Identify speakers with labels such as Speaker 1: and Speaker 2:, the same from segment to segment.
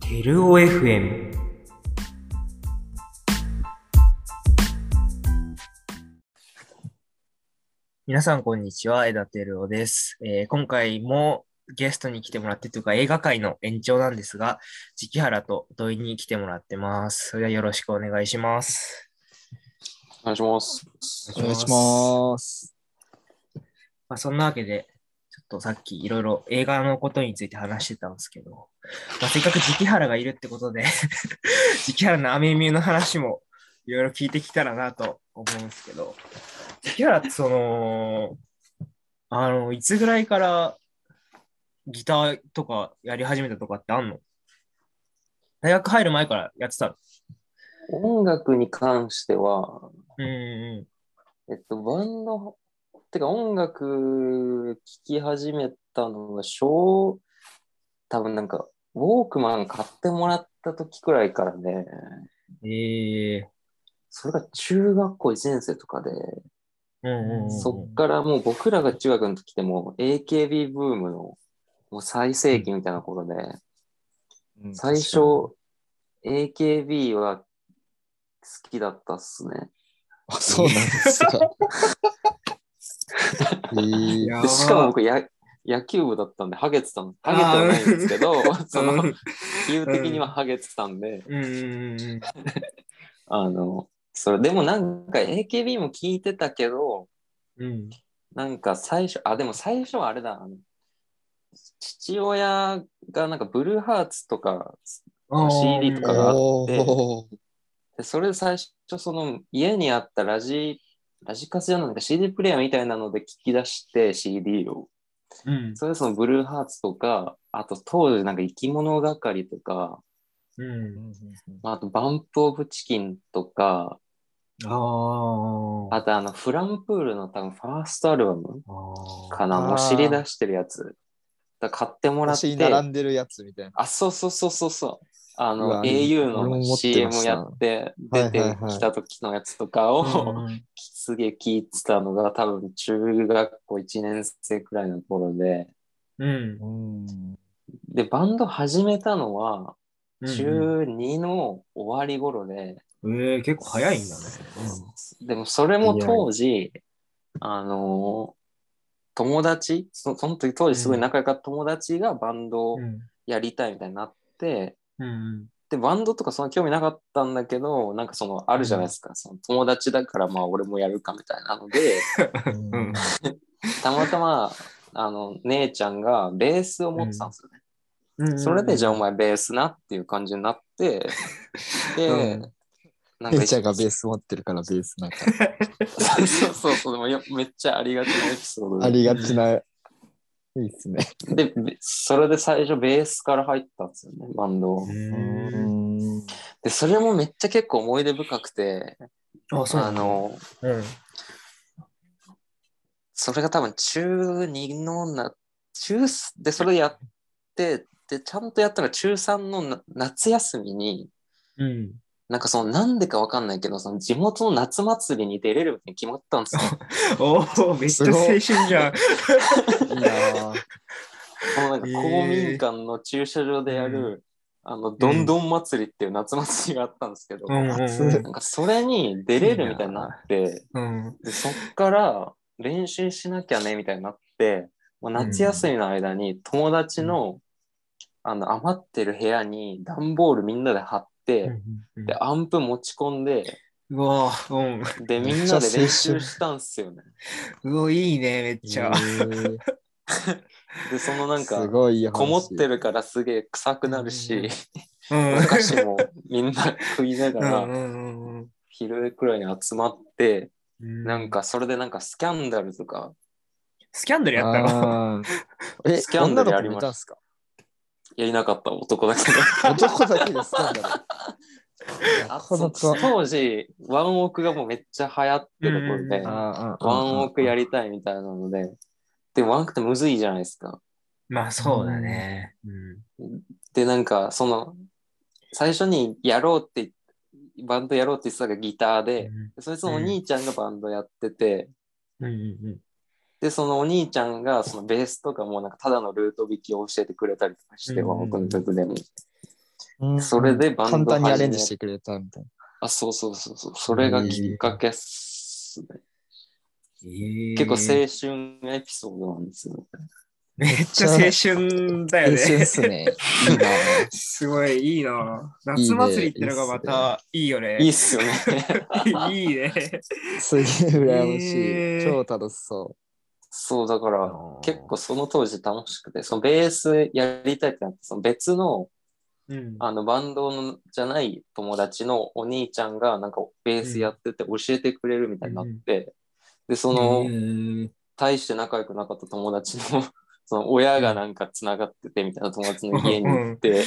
Speaker 1: テルオ FM 皆さんこんにちは、枝テルオです、えー今回もゲストに来てもらってというか映画界の延長なんですが、直原と土井に来てもらってます。それではよろしくお願いします。
Speaker 2: お願いします。
Speaker 1: お願いし
Speaker 3: ます。
Speaker 1: まあ、そんなわけで、ちょっとさっきいろいろ映画のことについて話してたんですけど、まあ、せっかく直原がいるってことで、 直原のアメミューの話もいろいろ聞いてきたらなと思うんですけど、直原ってその、あの、いつぐらいからギターとかやり始めたとかってあんの大学入る前からやってたの
Speaker 2: 音楽に関しては、
Speaker 1: うんう
Speaker 2: えっと、バンド、てか音楽聴き始めたのが小、多分なんか、ウォークマン買ってもらった時くらいからね、
Speaker 1: ん。ええ
Speaker 2: それが中学校1年生とかで、
Speaker 1: ー。うんうんうん、
Speaker 2: そっからもう僕らが中学の時でもう AKB ブームのもう最盛期みたいなことで、最初、AKB は好きだったっすね。
Speaker 3: あ、そうなんですか。
Speaker 1: い
Speaker 3: えー
Speaker 1: や
Speaker 2: で
Speaker 1: ー
Speaker 2: しかも僕や、野球部だったんで、ハゲてたの。ハゲてはないんですけど、 その、
Speaker 1: うん
Speaker 2: 理由的にはハゲてたんで、
Speaker 1: うんうんうん。
Speaker 2: あの、それ、でもなんか AKB も聞いてたけど、
Speaker 1: うん。
Speaker 2: なんか最初、あ、でも最初はあれだ、あの父親がなんかブルーハーツとか、
Speaker 1: あー
Speaker 2: CD とかが
Speaker 3: おー
Speaker 2: でそれで最初、その家にあったラジ、ラジカセじゃないなんか CD プレイヤーみたいなので聞き出して CD を。
Speaker 1: うん。
Speaker 2: それでそのブルーハーツとか、あと当時なんか生き物係とか、
Speaker 1: うん。
Speaker 2: まあ、あとバンプオブチキンとか、
Speaker 1: ああ。
Speaker 2: あとあのフランプールの多分ファーストアルバムかな、
Speaker 3: あー
Speaker 2: もう知り出してるやつ。だから買ってもらっ
Speaker 3: 私に
Speaker 2: て、
Speaker 3: 並んでるやつみたいな。
Speaker 2: あ、そうそうそうそうそう。あ
Speaker 3: う
Speaker 2: の
Speaker 3: わ
Speaker 2: au
Speaker 3: 俺も
Speaker 2: の
Speaker 3: 持って
Speaker 2: CM
Speaker 3: ました
Speaker 2: やって出てきた時のやつとかを、
Speaker 1: うん
Speaker 2: すげえ聞いてたのが多分中学校1年生くらいの頃で、
Speaker 1: うん。
Speaker 3: うん。
Speaker 2: で、バンド始めたのは、
Speaker 1: うん
Speaker 2: 中2の終わり頃で、
Speaker 1: ええ結構早いんだね。
Speaker 2: でもそれも当時、あのー友達そ、その時当時すごい仲良かった友達がバンドを
Speaker 1: うん。
Speaker 2: やりたいみたいになって、
Speaker 1: うん。
Speaker 2: で、バンドとかそんな興味なかったんだけど、なんかそのあるじゃないですか、その友達だからまあ俺もやるかみたいなので、
Speaker 1: うん
Speaker 2: たまたま、あの、姉ちゃんがベースを持ってたんですよね。
Speaker 1: うん。
Speaker 2: それでじゃあお前ベースなっていう感じになって、で、
Speaker 1: うん
Speaker 2: な
Speaker 3: 姉ちゃんがベース持ってるからベースなんか。
Speaker 2: そうそうそう、でもやめっちゃありがちなエピソード
Speaker 3: あ
Speaker 2: で。
Speaker 3: りがちな。いいっすね。
Speaker 2: で、べそれで最初ベースから入ったんですよね、バンドを
Speaker 1: う。。
Speaker 3: うんん
Speaker 2: で、それもめっちゃ結構思い出深くて、
Speaker 1: あ、そう
Speaker 2: あ
Speaker 1: なの。
Speaker 2: の、
Speaker 1: うん。
Speaker 2: それが多分中2のな、中3、で、それやって、で、ちゃんとやったのが中3のな夏休みに、
Speaker 1: うん。
Speaker 2: なんかその、なんでかわかんないけど、その地元の夏祭りに出れるって決まった んですよ。
Speaker 1: おお、めっちゃ青春じゃん。
Speaker 3: いやー
Speaker 2: もうなんか公民館の駐車場でや
Speaker 1: えー
Speaker 2: る、あの、どんどん祭りっていう夏祭りがあったんですけど、
Speaker 1: うん
Speaker 2: なんかそれに出れるみたいになって、
Speaker 1: うん。
Speaker 2: でそっから練習しなきゃねみたいになって、もう夏休みの間に友達の,、あの余ってる部屋に段ボールみんなで貼って、
Speaker 1: うん。
Speaker 2: で、アンプ持ち込んで、
Speaker 1: うわうん。
Speaker 2: で、みんなで練習したんすよね。
Speaker 1: うお、いいね、めっちゃ。
Speaker 3: え
Speaker 2: で、その
Speaker 3: ー
Speaker 2: なん
Speaker 3: す
Speaker 2: か、
Speaker 3: ごいいい話
Speaker 2: こもってるからすげえ臭くなるし、
Speaker 1: うん。
Speaker 2: お菓子もみんな食いなが
Speaker 1: う
Speaker 2: ら、
Speaker 1: んうん
Speaker 2: 昼くらいに集まって、
Speaker 1: うん。
Speaker 2: なん。かそれでなんかスキャンダルとか、
Speaker 1: スキャンダルやったの
Speaker 3: あーえ、
Speaker 2: スキャンダル
Speaker 3: 女
Speaker 2: や
Speaker 3: の
Speaker 2: りまし
Speaker 3: 子も
Speaker 2: た
Speaker 3: いたんすか
Speaker 2: やりなかった男だけど。
Speaker 3: 男だけでスキャンダル。
Speaker 2: あ
Speaker 3: なか
Speaker 2: そ
Speaker 3: な
Speaker 2: う
Speaker 3: か
Speaker 2: 当時、ワンオクがもうめっちゃ流行ってる頃で、
Speaker 1: うん
Speaker 2: ワ
Speaker 3: あー
Speaker 2: ンオクやりたいみたいなので、で、ワンオクってむずいじゃないですか。
Speaker 1: まあ、そうだね。うん。
Speaker 2: で、なんかその、最初にやろうって、バンドやろうって言ってたのがギターで、そいつのお兄ちゃんがバンドやってて、
Speaker 1: うんうん
Speaker 2: で、そのお兄ちゃんがそのベースとかもなんかただのルート弾きを教えてくれたりとかして、
Speaker 1: うん
Speaker 2: ワンオクの曲でも。
Speaker 3: ううん
Speaker 2: それでバンド
Speaker 3: 簡単にアレンジ
Speaker 2: 始め
Speaker 3: してくれたみたい
Speaker 2: あ、そうそうそうそう。それがきっかけっすね。
Speaker 1: え
Speaker 2: 結構青春エピソードなんですよ。
Speaker 1: めっちゃ青春だ
Speaker 3: な。
Speaker 1: よ
Speaker 3: 青
Speaker 1: ね。
Speaker 3: 春っすね。いいな。
Speaker 1: すごいいいな。夏祭りってのがまたいいよね。
Speaker 2: いいっすよね。
Speaker 1: い いね。
Speaker 3: すげえ羨ましい。
Speaker 1: へー
Speaker 3: 超楽しそ
Speaker 2: そう、だから、結構その当時楽しくて、そのベースやりたいってなって、その別の
Speaker 1: うん。
Speaker 2: あのバンドのじゃない友達のお兄ちゃんがなんかベースやってて教えてくれるみたいになって、で、その、
Speaker 1: うん
Speaker 2: 大して仲良くなかった友達の、 その親がなんか繋がっててみたいな友達の家に行って、で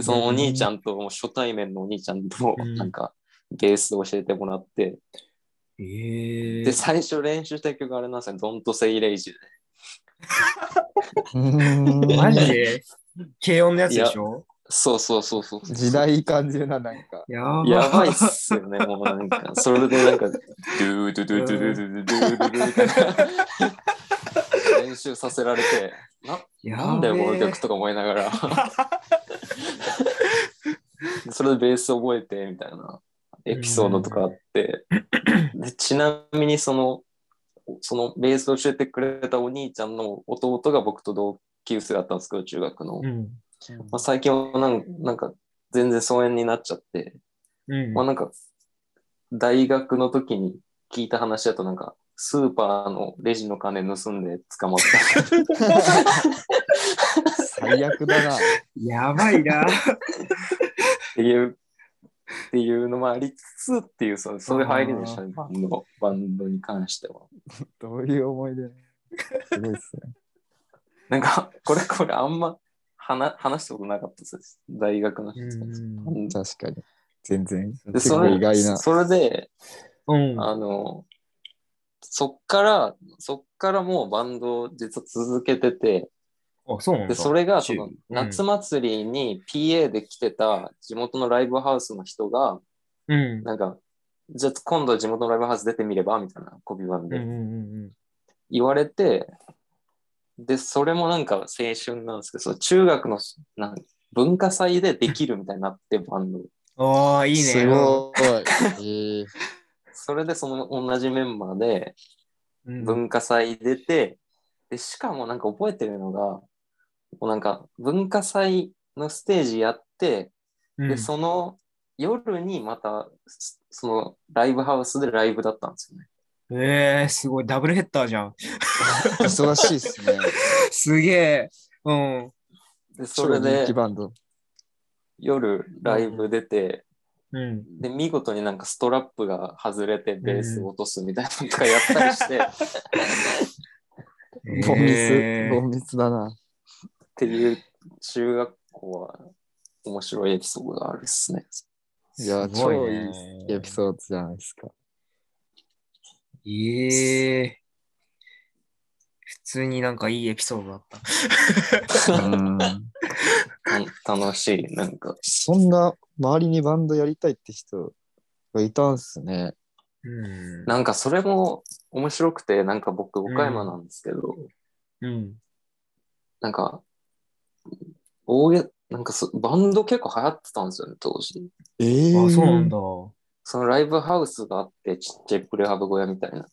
Speaker 2: そのお兄ちゃんと、もう初対面のお兄ちゃんと、
Speaker 1: うん
Speaker 2: なんか、ベースで教えてもらって、
Speaker 1: えー
Speaker 2: で、最初練習した曲あれなんですよ、Don't Say Lazy で。
Speaker 3: う。うーん
Speaker 1: マジで軽音のやつでしょ
Speaker 2: そうそうそうそう。
Speaker 3: 時代感じるな、なんか。
Speaker 1: やば
Speaker 2: やばいっすよね、もうなんか、それでなんか、ドゥードゥドゥドゥドゥドゥドゥドゥドゥみたいな練習させられて、
Speaker 1: や
Speaker 2: なんだよ、この曲とか思いながら。それでベース覚えて、みたいなエピソードとかあって、でちなみにその、そのベースを教えてくれたお兄ちゃんの弟が僕と同級生だったんですけど、中学の。
Speaker 1: うん。
Speaker 2: まあ、最近はなんなんか全然疎遠になっちゃって、
Speaker 1: うん
Speaker 2: まあなんか、大学の時に聞いた話だとなんか、スーパーのレジの金盗んで捕まった。
Speaker 3: 最悪だ な。
Speaker 1: やばいな。
Speaker 2: っていう、っていうのもありつつっていう、そうそういう入りでしたね、
Speaker 3: あ
Speaker 2: バンドバンドに関しては。
Speaker 3: どういう思い出すごいっすね。
Speaker 2: なんか、これこれあんま話話したことなかったです。大学の人たち
Speaker 1: うん
Speaker 2: うんで
Speaker 3: 確かに。全然。結
Speaker 2: そ
Speaker 3: 構
Speaker 2: れ
Speaker 3: 意外な。
Speaker 2: それで、
Speaker 1: うん。
Speaker 2: あの、そっから、そっからもうバンドを実は続けてて、
Speaker 1: あ、そうなん
Speaker 2: で
Speaker 1: だ。
Speaker 2: それがその
Speaker 1: 中
Speaker 2: 夏祭りに PA で来てた地元のライブハウスの人が、
Speaker 1: うん。
Speaker 2: なんか、じゃあ今度地元のライブハウス出てみればみたいな、コピー版
Speaker 1: うんうん
Speaker 2: で
Speaker 1: うんうん。
Speaker 2: 言われて、で、それもなんか青春なんですけど、その中学のなん文化祭でできるみたいになって、バンド。
Speaker 1: おー、いいね。
Speaker 3: すごい。えー
Speaker 2: それでその同じメンバーで
Speaker 1: うん
Speaker 2: 文化祭出て、で、しかもなんか覚えてるのが、もうなんか文化祭のステージやって、
Speaker 1: う
Speaker 2: で、
Speaker 1: ん
Speaker 2: その夜にまた、そそのライブハウスでライブだったんですよね。
Speaker 1: えー、すごい。ダブルヘッダーじゃん。
Speaker 3: 忙しいっすね。
Speaker 1: すげえ。うん。
Speaker 2: で、そ
Speaker 3: 超
Speaker 2: れ
Speaker 3: 人
Speaker 2: で
Speaker 3: 気バンド。
Speaker 2: 夜ライブ出て、
Speaker 1: うん。
Speaker 2: で、見事になんかストラップが外れてベースを落とすみたいなのとかやったりして、っ
Speaker 3: ボンミ
Speaker 1: え
Speaker 3: ス、
Speaker 1: ー
Speaker 3: ボンミスだな。
Speaker 2: ていう中学校は面白いエピソードがあるっすね。
Speaker 3: いや、
Speaker 1: すご
Speaker 3: 超
Speaker 1: い
Speaker 3: い
Speaker 1: ね
Speaker 3: いエピソードじゃないですか。
Speaker 1: ええ普通になんかいいエピソードだった。
Speaker 2: た楽しい、なんか。
Speaker 3: そんな周りにバンドやりたいって人がいたんすね。
Speaker 1: うん。
Speaker 2: なんかそれも面白くて、なんか僕、岡山なんですけど、
Speaker 1: うん。
Speaker 2: なんか、大げ、なんかそバンド結構流行ってたんですよね、当時。
Speaker 3: えー、
Speaker 1: あ、そうなんだ。
Speaker 2: そのライブハウスがあって、ちっちゃいプレハブ小屋みたいな。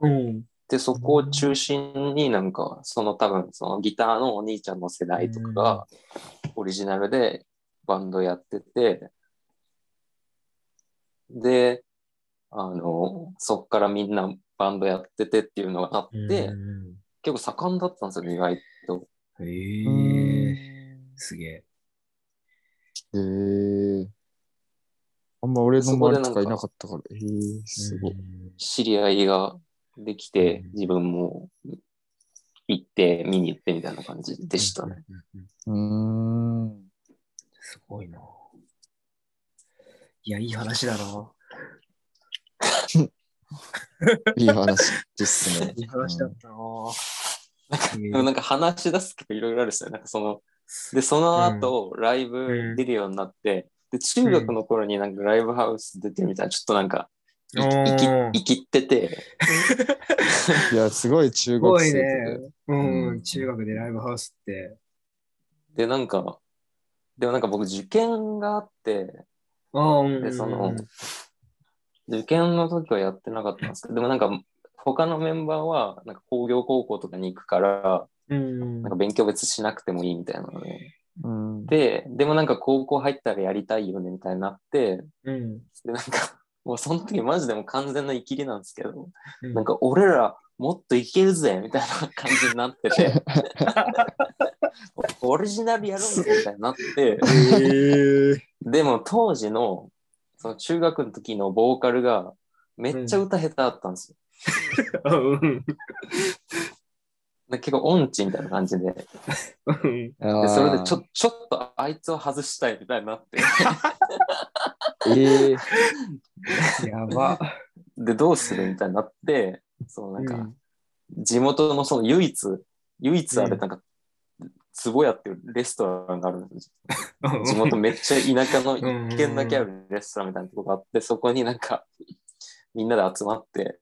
Speaker 1: うん。
Speaker 2: で、そこを中心になんか、その多分、そのギターのお兄ちゃんの世代とかが、オリジナルでバンドやってて、で、あの、そっからみんなバンドやっててっていうのがあって、
Speaker 1: うん
Speaker 2: 結構盛んだったんですよね、意外と。
Speaker 1: え
Speaker 3: う
Speaker 1: え
Speaker 3: ーん
Speaker 1: すげえ。
Speaker 3: えー、あんま俺の周りとかいなかったから。えー、すごい。
Speaker 1: うん
Speaker 2: 知り合いができて
Speaker 1: うん、
Speaker 2: 自分も行って、見に行ってみたいな感じでしたね。。
Speaker 1: うんうんうん
Speaker 3: うーん。
Speaker 1: すごいな。いや、いい話だな。。
Speaker 3: いい話ですね
Speaker 1: いい話だったな。
Speaker 2: でもなんか話し出すといろいろあるっすよね。なんかその、で、その後、ライブ出るようになって、で、中学の頃になんかライブハウス出てみたら、ちょっとなんか、い生き
Speaker 1: うん
Speaker 2: 生きってて、
Speaker 3: いや、すごい中
Speaker 1: す
Speaker 3: 国
Speaker 1: ごい
Speaker 3: 生徒
Speaker 1: ね
Speaker 3: で。。
Speaker 1: う
Speaker 3: うん
Speaker 1: ん、中学でライブハウスって。
Speaker 2: で、なんか、でもなんか僕、受験があって、
Speaker 1: ああ、うん。
Speaker 2: で、その
Speaker 1: うん、
Speaker 2: 受験の時はやってなかったんですけど、でもなんか、他のメンバーは、なんか工業高校とかに行くから、
Speaker 1: うん。
Speaker 2: なんか勉強別しなくてもいいみたいなので、
Speaker 3: うん。
Speaker 2: で、でもなんか高校入ったらやりたいよねみたいになって、
Speaker 1: うん。
Speaker 2: で、なんか、もうその時マジでもう完全なイキリなんですけど、
Speaker 1: うん
Speaker 2: なんか俺らもっといけるぜみたいな感じになってて、オリジナルやろうぜみたいになって、
Speaker 3: え
Speaker 2: でも当時の、その中学の時のボーカルがめっちゃ歌下手だったんですよ。
Speaker 1: うん
Speaker 2: で結構音痴みたいな感じで。で
Speaker 1: うん
Speaker 3: ー、
Speaker 2: それでちょちょっとあいつを外したいみたいになって。
Speaker 3: ええ
Speaker 1: やば。
Speaker 2: で、どうするみたいになって、そうなんか、地元のその唯一、唯一あ
Speaker 1: う
Speaker 2: れ
Speaker 1: ん
Speaker 2: なんか、壺屋っていうレストランがあるんです
Speaker 1: う
Speaker 2: よ。
Speaker 1: ん
Speaker 2: 地元めっちゃ田舎の
Speaker 1: うん
Speaker 2: 一軒だけあるレストランみたいなとこがあって、そこになんか、みんなで集まって、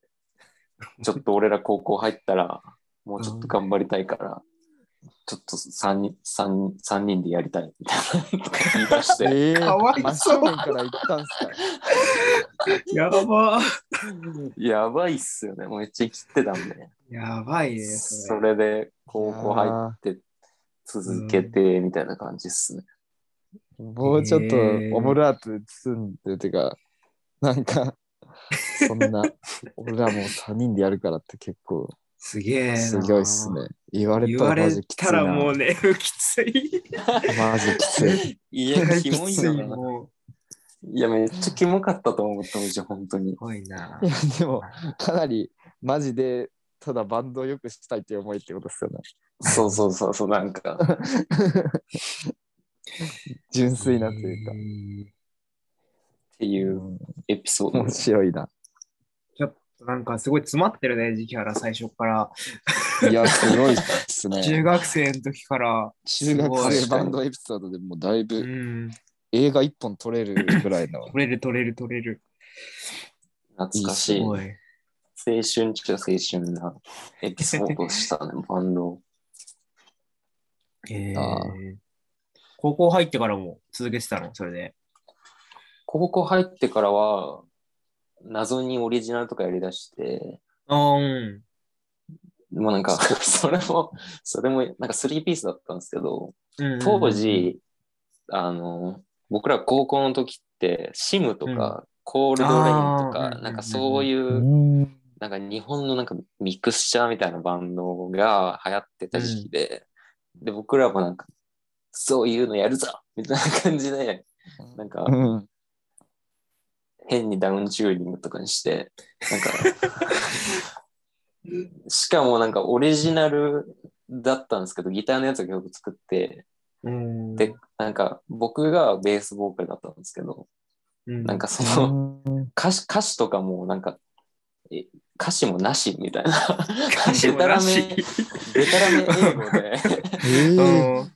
Speaker 2: ちょっと俺ら高校入ったら、もうちょっと頑張りたいから、ちょっと3人、三三人でやりたいみたいなとか言い出 して、
Speaker 3: ええ
Speaker 1: かわいそう
Speaker 3: 真正面から言ったんすか。
Speaker 1: やば。
Speaker 2: やばいっすよね。もうめっちゃ生きてたんで。
Speaker 1: やばいね、そ
Speaker 2: そ
Speaker 1: れ。
Speaker 2: れで高校入って続けてみたいな感じっすね。
Speaker 3: もうちょっと
Speaker 1: ええ
Speaker 3: オブラートで包んでてか、なんか、そん な、俺らもう3人でやるからって結構
Speaker 1: すげえな。
Speaker 3: すごいっすね。言われ
Speaker 1: 言
Speaker 3: た
Speaker 1: わ
Speaker 3: らマ
Speaker 1: れ
Speaker 3: ジきつい
Speaker 1: たら
Speaker 3: な。
Speaker 1: もうね、きつい。
Speaker 3: マジきつい。
Speaker 2: い
Speaker 1: い
Speaker 2: や、キモい
Speaker 1: きつい
Speaker 2: な。
Speaker 1: もう。
Speaker 2: いや、めっちゃキモかったと思ったもんじゃ、本当に
Speaker 1: す。ごいな。
Speaker 3: いや でも、かなりマジで、ただバンドを良くしたいっていう思いってことですよね。
Speaker 2: そうそうそう、そうなんか。
Speaker 3: 純粋なというか。
Speaker 2: っていう
Speaker 3: うん
Speaker 2: エピソード
Speaker 3: 面。白いな。
Speaker 1: なんかすごい詰まってるね、時期原最初から。
Speaker 3: いや、すごいっす ね。
Speaker 1: 中学生の時から。
Speaker 3: 中学生バンドエピソードでもうだいうぶ
Speaker 1: ん。
Speaker 3: 映画一本撮れるぐらいの。
Speaker 1: 取れる取れる取れる。
Speaker 2: 懐かしい。
Speaker 1: す
Speaker 2: 青
Speaker 1: ごい。
Speaker 2: 春中青春なエピソードしたね、 バンド。
Speaker 1: え
Speaker 3: ああ
Speaker 1: ー、高校入ってからも続けてたの、それで。
Speaker 2: 高校入ってからは、謎にオリジナルとかやりだして、
Speaker 1: ああ、うん。
Speaker 2: もうなんか、 それも、それも、なんか3ピースだったんですけど、
Speaker 1: うん
Speaker 2: 当、時、あの、僕ら高校の時って、シムとか、コールドレインと
Speaker 1: あーうん
Speaker 2: か
Speaker 1: うんう、ん
Speaker 2: なんかそういうう、
Speaker 3: ん
Speaker 2: なんか日本のなんかミクスチャーみたいなバンドが流行ってた時期で、で、僕らもなんか、そういうのやるぞみたいな感じで、なんか
Speaker 3: うん
Speaker 2: 変にダウンチューニングとかにして、なんか、しかもなんかオリジナルだったんですけど、ギターのやつを曲作って、
Speaker 1: うん、
Speaker 2: で、なんか僕がベースボーカルだったんですけど、
Speaker 1: な
Speaker 2: なんか、その歌詞歌詞とかもなんか、え歌詞もなしみたいな。
Speaker 1: 歌詞もなし
Speaker 2: でたらめ、でたらめ英語で
Speaker 3: ええ
Speaker 1: うん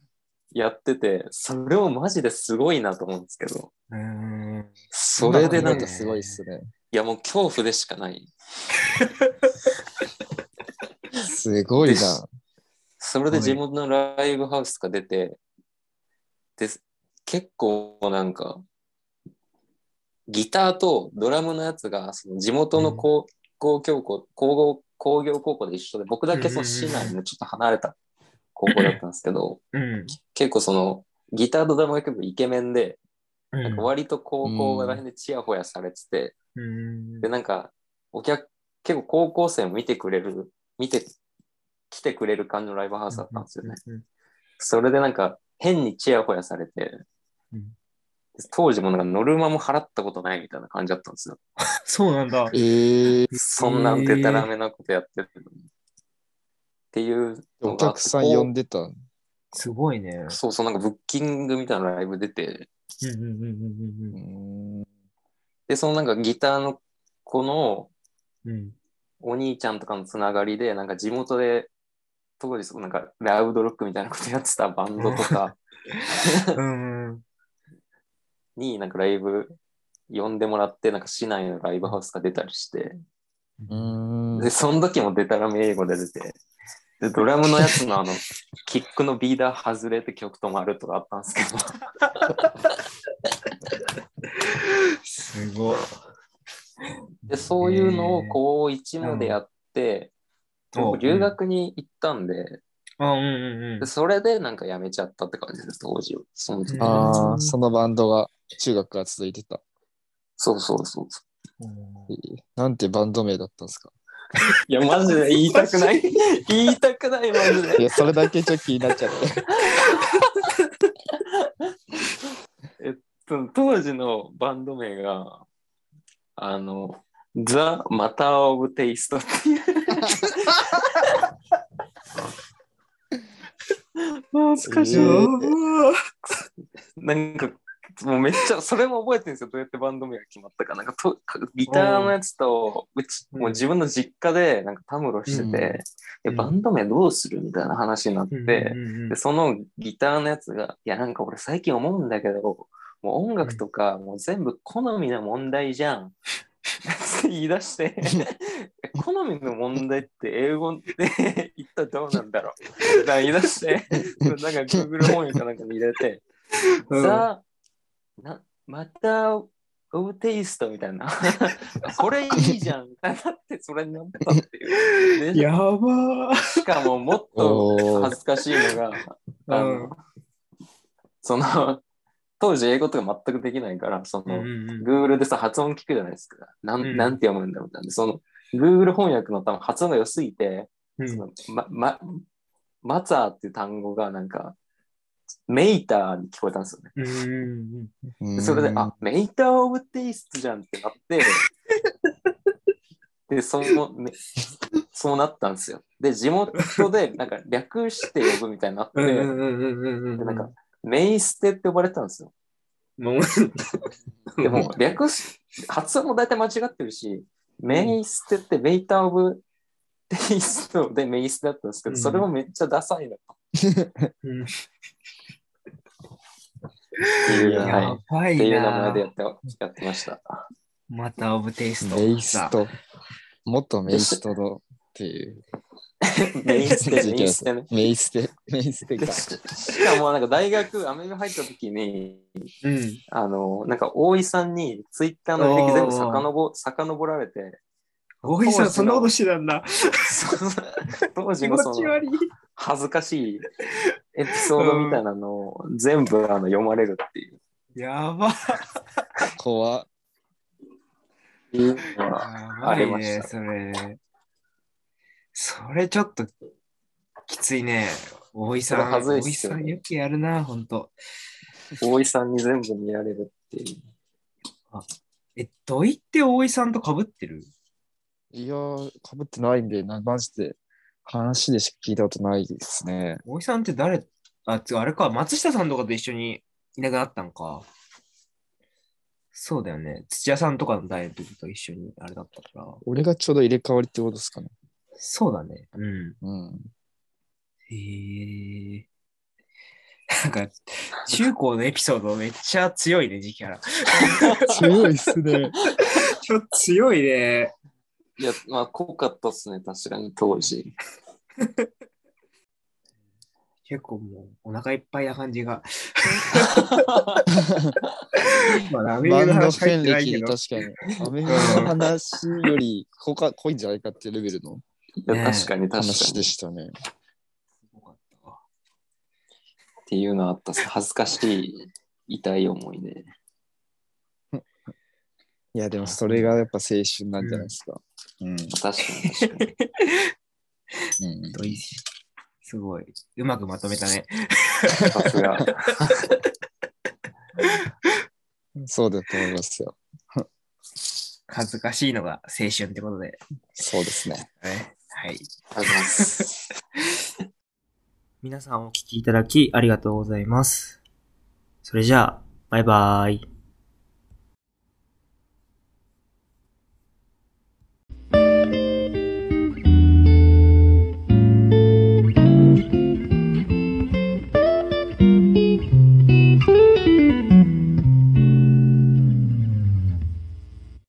Speaker 2: やってて、それをマジですごいなと思うんですけど、
Speaker 1: うん。
Speaker 2: それで
Speaker 1: な
Speaker 2: なんん
Speaker 1: かね
Speaker 2: か、い
Speaker 3: すごいっすね。
Speaker 2: やもう恐怖でしかない。
Speaker 3: すごい
Speaker 2: で
Speaker 3: な
Speaker 2: す。それで地元のライブハウスとか出て、で、結構なんか、ギターとドラムのやつが、その地元の高校教校、工業工業高校で一緒で、僕だけその市内のちょっと離れた高校だったんですけど、
Speaker 1: うん。
Speaker 2: 結構その、ギターとドラムが結構イケメンで、
Speaker 1: う
Speaker 2: なん
Speaker 1: ん
Speaker 2: か割と高校ら辺でチヤホヤされてて、
Speaker 1: うん
Speaker 2: で、なんか、お客、結構高校生も見てくれる、見て、来てくれる感じのライブハウスだったんですよね。
Speaker 1: うん。
Speaker 2: それでなんか変にチヤホヤされて、
Speaker 1: うん
Speaker 2: 当時もなんかノルマも払ったことないみたいな感じだったんですよ。
Speaker 1: そうなんだ。
Speaker 3: ええ
Speaker 2: そんなでたらめなことやってるのに。っていうの
Speaker 3: お
Speaker 2: があって
Speaker 3: 客さん呼んでた。
Speaker 1: すごいね。
Speaker 2: そうそう、なんかブッキングみたいなライブ出て、
Speaker 1: うんうんうんうん
Speaker 3: う
Speaker 1: うん
Speaker 3: ん
Speaker 2: で、そのなんかギターの子の
Speaker 1: うん。
Speaker 2: お兄ちゃんとかのつながりで、なんか地元で、当時そのなんかラウドロックみたいなことやってたバンドとか
Speaker 1: うん。うん
Speaker 2: になんかライブ呼んでもらって、なんか市内のライブハウスが出たりして、
Speaker 3: うん
Speaker 2: で、その時もデタラメ英語で出て、で、ドラムのやつのあの、キックのビーダー外れて曲止まるとかあったんですけ
Speaker 1: す
Speaker 2: ど、
Speaker 1: ごい。
Speaker 2: で、そういうのを高1までやって、僕留学に行ったんで、
Speaker 1: あ、うんうんうん
Speaker 2: で。それでなんかやめちゃったって感じです、当時は。その時
Speaker 1: うん
Speaker 3: ああ、そのバンドが中学から続いてた。
Speaker 2: そうそうそうそう。
Speaker 3: えーなんてバンド名だったんですか
Speaker 2: いや、マジで言いたくない。言いたくない、マジで
Speaker 3: い。や、それだけちょっと気になっちゃって。
Speaker 2: その当時のバンド名が、あの、ザ・マター・オブ・テイストっていう。懐かしい。
Speaker 3: えー
Speaker 2: なんか、もうめっちゃ、それも覚えてるんですよ。どうやってバンド名が決まったか。なんかと、ギターのやつと、うち、
Speaker 1: うん
Speaker 2: もう自分の実家で、なんかたむろしてて、
Speaker 3: うん
Speaker 2: で
Speaker 1: うん
Speaker 2: バンド名どうするみたいな話になって、
Speaker 1: うんうんうん
Speaker 2: で、そのギターのやつが、いや、なんか俺最近思うんだけど、もう音楽とか、もう全部好みの問題じゃん。って言い出して、 好みの問題って英語で言ったらどうなんだろ う。だから言い出して、なんか Google 翻訳かなんかに入れて、
Speaker 1: うん
Speaker 2: ザ、な、また、オブテイストみたいな。 これいいじゃん。だってそれになったって いう。で
Speaker 1: やばー。
Speaker 2: しかももっと
Speaker 3: おー
Speaker 2: 恥ずかしいのが、あの、
Speaker 1: うん
Speaker 2: その、 当時英語とか全くできないから、その、Google でさ、発音聞くじゃないですか。なん、
Speaker 1: うん
Speaker 2: なんて読むんだみたいな。その、Google 翻訳の多分発音が良すぎて、その、ま、ま、マザーっていう単語がなんか、メイターに聞こえたんですよね。
Speaker 1: うんうん
Speaker 3: う
Speaker 2: で
Speaker 3: ん
Speaker 2: それで、あ、メイターオブテイストじゃんってな って、で、その、ね、そうなったんですよ。で、地元で、なんか、略して呼ぶみたいになって、
Speaker 1: うんうんうんうんうんう
Speaker 2: で
Speaker 1: ん。
Speaker 2: なんか、メイステって呼ばれてたん ですよ。
Speaker 1: もう、
Speaker 2: でも、略し、発音も大体間違ってるし、メイステってメイターオブテイストでメイステだったんですけど、
Speaker 1: うん
Speaker 2: それもめっちゃダサいな
Speaker 1: うん、
Speaker 2: っていう、はい
Speaker 1: や
Speaker 2: っ
Speaker 1: ばい
Speaker 2: ていう名
Speaker 1: な
Speaker 2: 前でや
Speaker 1: ー。
Speaker 2: ってやってました。
Speaker 1: またオブテイスト。
Speaker 3: メイスト。元メイストのっていう。
Speaker 2: メイステ、メイステね。
Speaker 3: メイステ。メイステ
Speaker 2: で
Speaker 3: か。
Speaker 2: ししかもなんか大学アメリカ入った時に
Speaker 1: うん。
Speaker 2: あのなんか大井さんにツイッターの履歴全部遡遡られて
Speaker 1: 大井さん、そんなことしてたんだ。
Speaker 2: その当時
Speaker 1: 気
Speaker 2: の
Speaker 1: 持
Speaker 2: そ
Speaker 1: ち
Speaker 2: の
Speaker 1: 悪い。
Speaker 2: 恥ずかしいエピソードみたいなのを全部あの読まれるっていう
Speaker 1: やば。
Speaker 3: 怖っ
Speaker 2: のが
Speaker 1: や
Speaker 2: あ
Speaker 1: ば
Speaker 2: り
Speaker 1: い
Speaker 2: まし
Speaker 1: ね、
Speaker 2: た
Speaker 1: それ。それちょっときついね。大井さん、
Speaker 2: それ
Speaker 1: 大
Speaker 2: はずい
Speaker 1: 井
Speaker 2: っすよ
Speaker 1: さ
Speaker 2: ね
Speaker 1: んよくやるな、ほんと。
Speaker 2: 大井さんに全部見られるっていう
Speaker 1: え、土井って大井さんと被ってる
Speaker 3: いやー、かぶってないんで、なマジで話でしか聞いたことないですね。
Speaker 1: 大井さんって誰あ、つあれか、松下さんとかと一緒にいなくなったんか。そうだよね。土屋さんとかの代の時と一緒にあれだったから。
Speaker 3: 俺がちょうど入れ替わりってことですかね。
Speaker 1: そうだね。うん。
Speaker 3: うん。
Speaker 1: へえ。なんか、中高のエピソードめっちゃ強いね、時期から。
Speaker 3: 強いっすね。
Speaker 1: ちょっと強いね。
Speaker 2: いやまあ濃かったっすね確かに当時
Speaker 1: 結構もうお腹いっぱいな感じ が。まあ、ラ
Speaker 3: バンド
Speaker 1: 話入
Speaker 3: 遍
Speaker 1: ってないけ
Speaker 3: 歴
Speaker 1: ど。
Speaker 3: 確かに。アメリカの話より濃か濃いんじゃないかっていうレベルの
Speaker 2: いや確かに確かに
Speaker 3: 話で
Speaker 2: っ
Speaker 3: したね。
Speaker 1: よかったわ
Speaker 2: ていうのあったっす恥ずかしい痛い思いで、
Speaker 3: いや、でもそれがやっぱ青春なんじゃないですか。うん。
Speaker 2: 確かに確かに
Speaker 3: うん
Speaker 1: 土井すごい。うまくまとめたね。
Speaker 2: さ すが
Speaker 3: そうだと思いますよ。
Speaker 1: 恥ずかしいのが青春ってことで。
Speaker 3: そうですね。
Speaker 1: ねはい。
Speaker 2: ありがとうございます。
Speaker 1: 皆さんお聞きいただきありがとうございます。それじゃあ、バイバーイ。